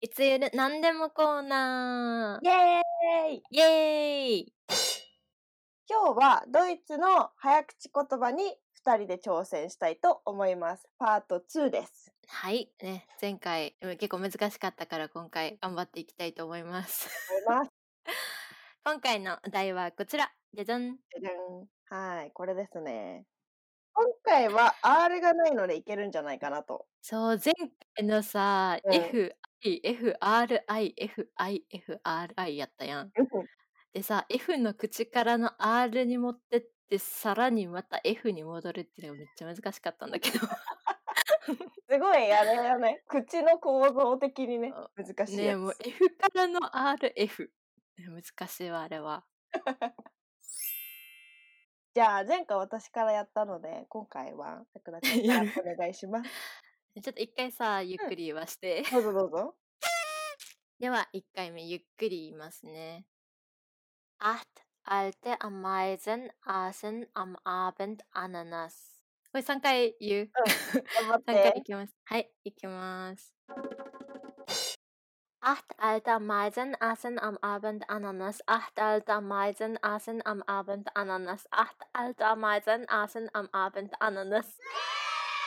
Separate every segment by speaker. Speaker 1: いつゆるなんでもコーナー。
Speaker 2: イエーイ
Speaker 1: イエーイ
Speaker 2: 今日はドイツの早口言葉に2人で挑戦したいと思います。パート2です。
Speaker 1: はい、ね、前回うん結構難しかったから今回頑張っていきたいと思います。
Speaker 2: 思います。
Speaker 1: 今回のお題はこちら。じゃじゃん。
Speaker 2: じゃじゃんはい、これですね。今回は R がないのでいけるんじゃないかなと。
Speaker 1: そう、前回のさ、
Speaker 2: うん
Speaker 1: F、I、F、R、I、F、I、F、R、I やったやん。でさ、F の口からの R に持ってって、さらにまた F に戻るっていうのがめっちゃ難しかったんだけど。
Speaker 2: すごいあれだね。口の構造的にね
Speaker 1: あ、
Speaker 2: 難しい
Speaker 1: ね
Speaker 2: や
Speaker 1: え
Speaker 2: つ。
Speaker 1: もう F からの RF 難しいわあれは
Speaker 2: じゃあ前回私からやったので、今回はさくらちゃんか
Speaker 1: や
Speaker 2: ら
Speaker 1: る
Speaker 2: お願いし ます。
Speaker 1: ちょっと一回さゆっくり言わして、
Speaker 2: どうぞどうぞ。
Speaker 1: では一回目ゆっくり言いますね Acht alte Ameisen aßen am Abend Ananas これ3回言う
Speaker 2: 頑張っ
Speaker 1: 3回
Speaker 2: て
Speaker 1: い。きますはいいきます Acht alte Ameisen aßen am Abend Ananas. Acht alte Ameisen aßen am Abend Ananas. Acht alte Ameisen aßen am Abend Ananas.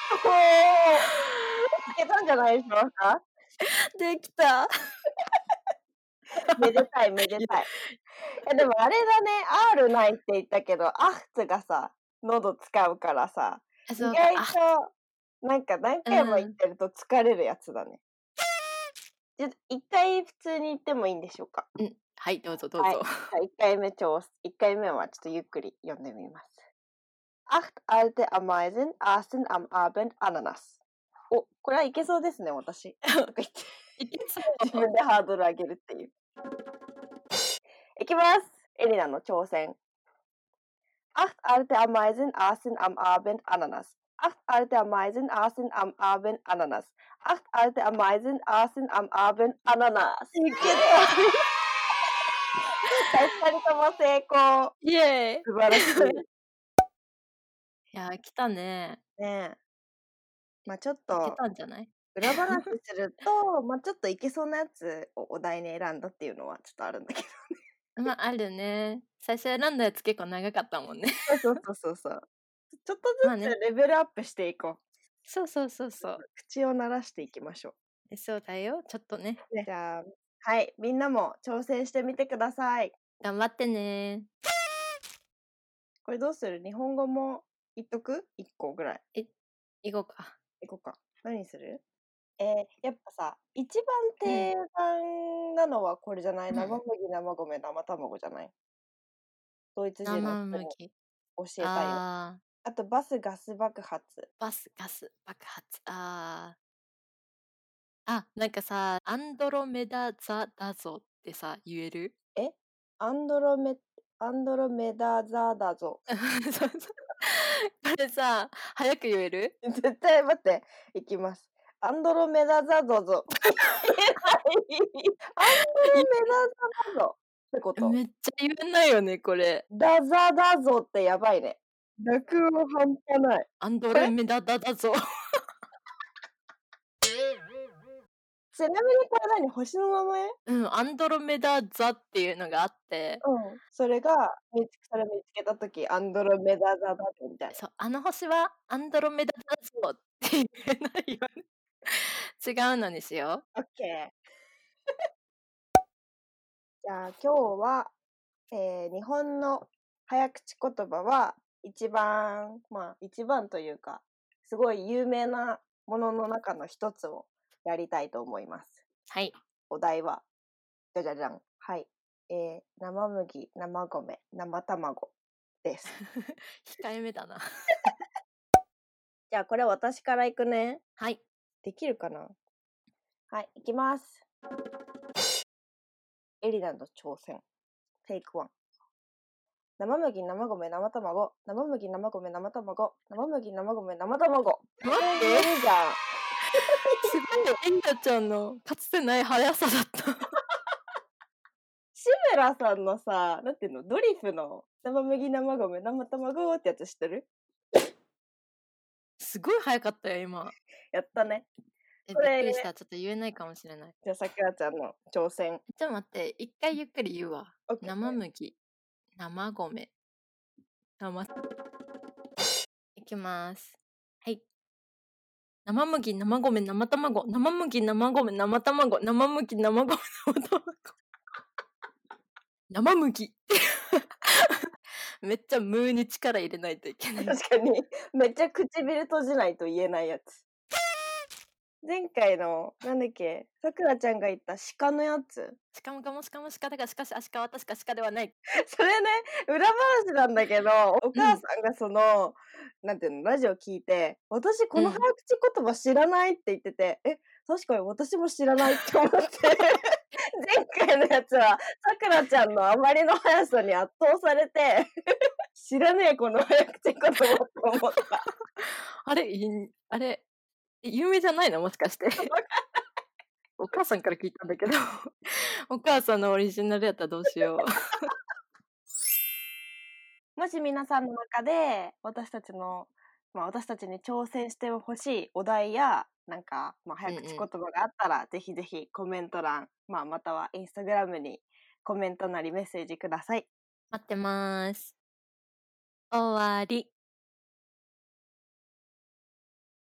Speaker 2: おーいけたんじゃないでしょうか
Speaker 1: できた。
Speaker 2: めでたいめでたい。えでもあれだね、R ないって言ったけど、アフツがさ、喉使うからさ、
Speaker 1: あ
Speaker 2: 意
Speaker 1: そう
Speaker 2: 外
Speaker 1: あ
Speaker 2: と、なんか何回も言ってると疲れるやつだね。じゃ一回普通に言ってもいいんでしょうか
Speaker 1: うんはい、どうぞどうぞ。
Speaker 2: はいはい一回目挑戦、一回目はちょっとゆっくり読んでみます。Acht alte Ameisen aßen am Abend Ananas。お、これはいけそうです ね、私。とか言って
Speaker 1: いけそう
Speaker 2: 自分でハードル上げるっていう。いきます。エリナの挑戦。Acht alte Ameisen aßen am Abend Ananas. Acht alte Ameisen aßen am Abend Ananas. Acht alte Ameisen aßen am Abend Ananas. いけた二人とも成功。
Speaker 1: イエーイ。
Speaker 2: 素晴らし
Speaker 1: いやー、来たね。
Speaker 2: い。ねえ。まあちょっ
Speaker 1: いけ
Speaker 2: と
Speaker 1: たんじゃない
Speaker 2: 裏話すると、まあちょっといけそうなやつをお題に選んだっていうのはちょっとあるんだけど。
Speaker 1: まあ、あるね。最初選んだやつ結構長かったもんね。
Speaker 2: そうそうそうそうそう。 ちょっ
Speaker 1: まあ
Speaker 2: とず
Speaker 1: ね
Speaker 2: つレベルアップしていこう。
Speaker 1: そうそうそうそう。
Speaker 2: 口を鳴らしていきましょ
Speaker 1: え そうだよ。ちょっとね。
Speaker 2: う。じゃあ、はい、みんなも挑戦してみてください。
Speaker 1: 頑張ってね。
Speaker 2: これどうする日本語も言っとく ?1 個ぐらい。
Speaker 1: 行こうか。
Speaker 2: いこうか。何するえー、やっぱさ、一番定番なのはこれじゃない、
Speaker 1: うん
Speaker 2: 生麦、生米、生卵じゃないドイツ人
Speaker 1: 生
Speaker 2: の人
Speaker 1: 麦
Speaker 2: に。教えたいよ。あ
Speaker 1: ああ。
Speaker 2: と、バスガス爆発。
Speaker 1: バス、ガス、爆発。ああ。あ、なんかさ、アンドロメダザだぞってさ、言える
Speaker 2: アンドロメ、アンドロメダザだぞ。
Speaker 1: そう そうこれさ、早く言える
Speaker 2: 絶対待って、いきます。アンドロメダザゾゾ。言えないアンドロメダザゾゾってこと。
Speaker 1: めっちゃ言えないよね、これ。
Speaker 2: ダザダゾってやばいね。落語半端ない。
Speaker 1: アンド
Speaker 2: れ
Speaker 1: ロメダだだぞ。
Speaker 2: ちなみにこれ何星の名前
Speaker 1: うん、アンドロメダザっていうのがあって、
Speaker 2: うん。それが、見つそれ見つけたとき、アンドロメダザダゾみたいな。
Speaker 1: そう、あの星はアンドロメダだぞって言えないよね。 違うのにしよ
Speaker 2: オッケー。じゃあ今日は、えー日本の早口言葉は一番まあ一番というかすごい有名なものの中の一つをやりたいと思います。
Speaker 1: う。はい。
Speaker 2: お題はじゃじゃじゃん。はい。えー生麦、生米、生卵です。
Speaker 1: 控えめだな。
Speaker 2: じゃあこれ私からいくね。
Speaker 1: はい。
Speaker 2: できるかなはい、いきます。エリナの挑戦。テイク1。生麦、生米、生卵。生麦、生米、生卵。生麦、生米、生卵。
Speaker 1: 待っ
Speaker 2: 言
Speaker 1: て、
Speaker 2: えるじゃん。
Speaker 1: すごい、エンダちゃんのかつてない速さだった。
Speaker 2: 志村さんのさ、なんていうの、ドリフの生麦、生米、生卵ってやつ知ってる
Speaker 1: すごい速かったよ、今。
Speaker 2: やったね。
Speaker 1: え、び
Speaker 2: これ
Speaker 1: っくりした。ちょっと言えないかもしれない。
Speaker 2: じゃあ、さくらちゃんの挑戦。
Speaker 1: ちょっと待って、一回ゆっくり言うわ。
Speaker 2: オッケー
Speaker 1: 生麦、生米、生、いきます。はい。生麦、生米、生卵、生麦、生米、生卵、生麦、生米、生卵。生麦。 めっちゃムーに力入れないといけない。
Speaker 2: 確かに。 めっちゃ唇閉じないと言えないやつ。前回の、なんだっけ、さくらちゃんが言った鹿のやつ。
Speaker 1: しかもかもしかもしかだがしかし、あしかは確かしかではない。
Speaker 2: それね、裏話なんだけど、お母さんがその、なんていうの、ラジオ聞いて、私この
Speaker 1: うん
Speaker 2: 早口言葉知らないって言ってて、え、確かに私も知らないって思って。 前回のやつは、さくらちゃんのあまりの速さに圧倒されて、 知らねえ、この早口言葉って思った。
Speaker 1: あれ、いんあれ、え有名じゃないのもしかして。 お母さんから聞いたんだけど、 お母さんのオリジナルやったらどうしよう。
Speaker 2: もし皆さんの中で私たちの、まあ、私たちに挑戦してほしいお題やなんか、まあ、
Speaker 1: うんうん
Speaker 2: 早口言葉があったら、ぜひぜひコメント欄、まあ、またはインスタグラムにコメントなりメッセージください。
Speaker 1: 待ってます。終わり。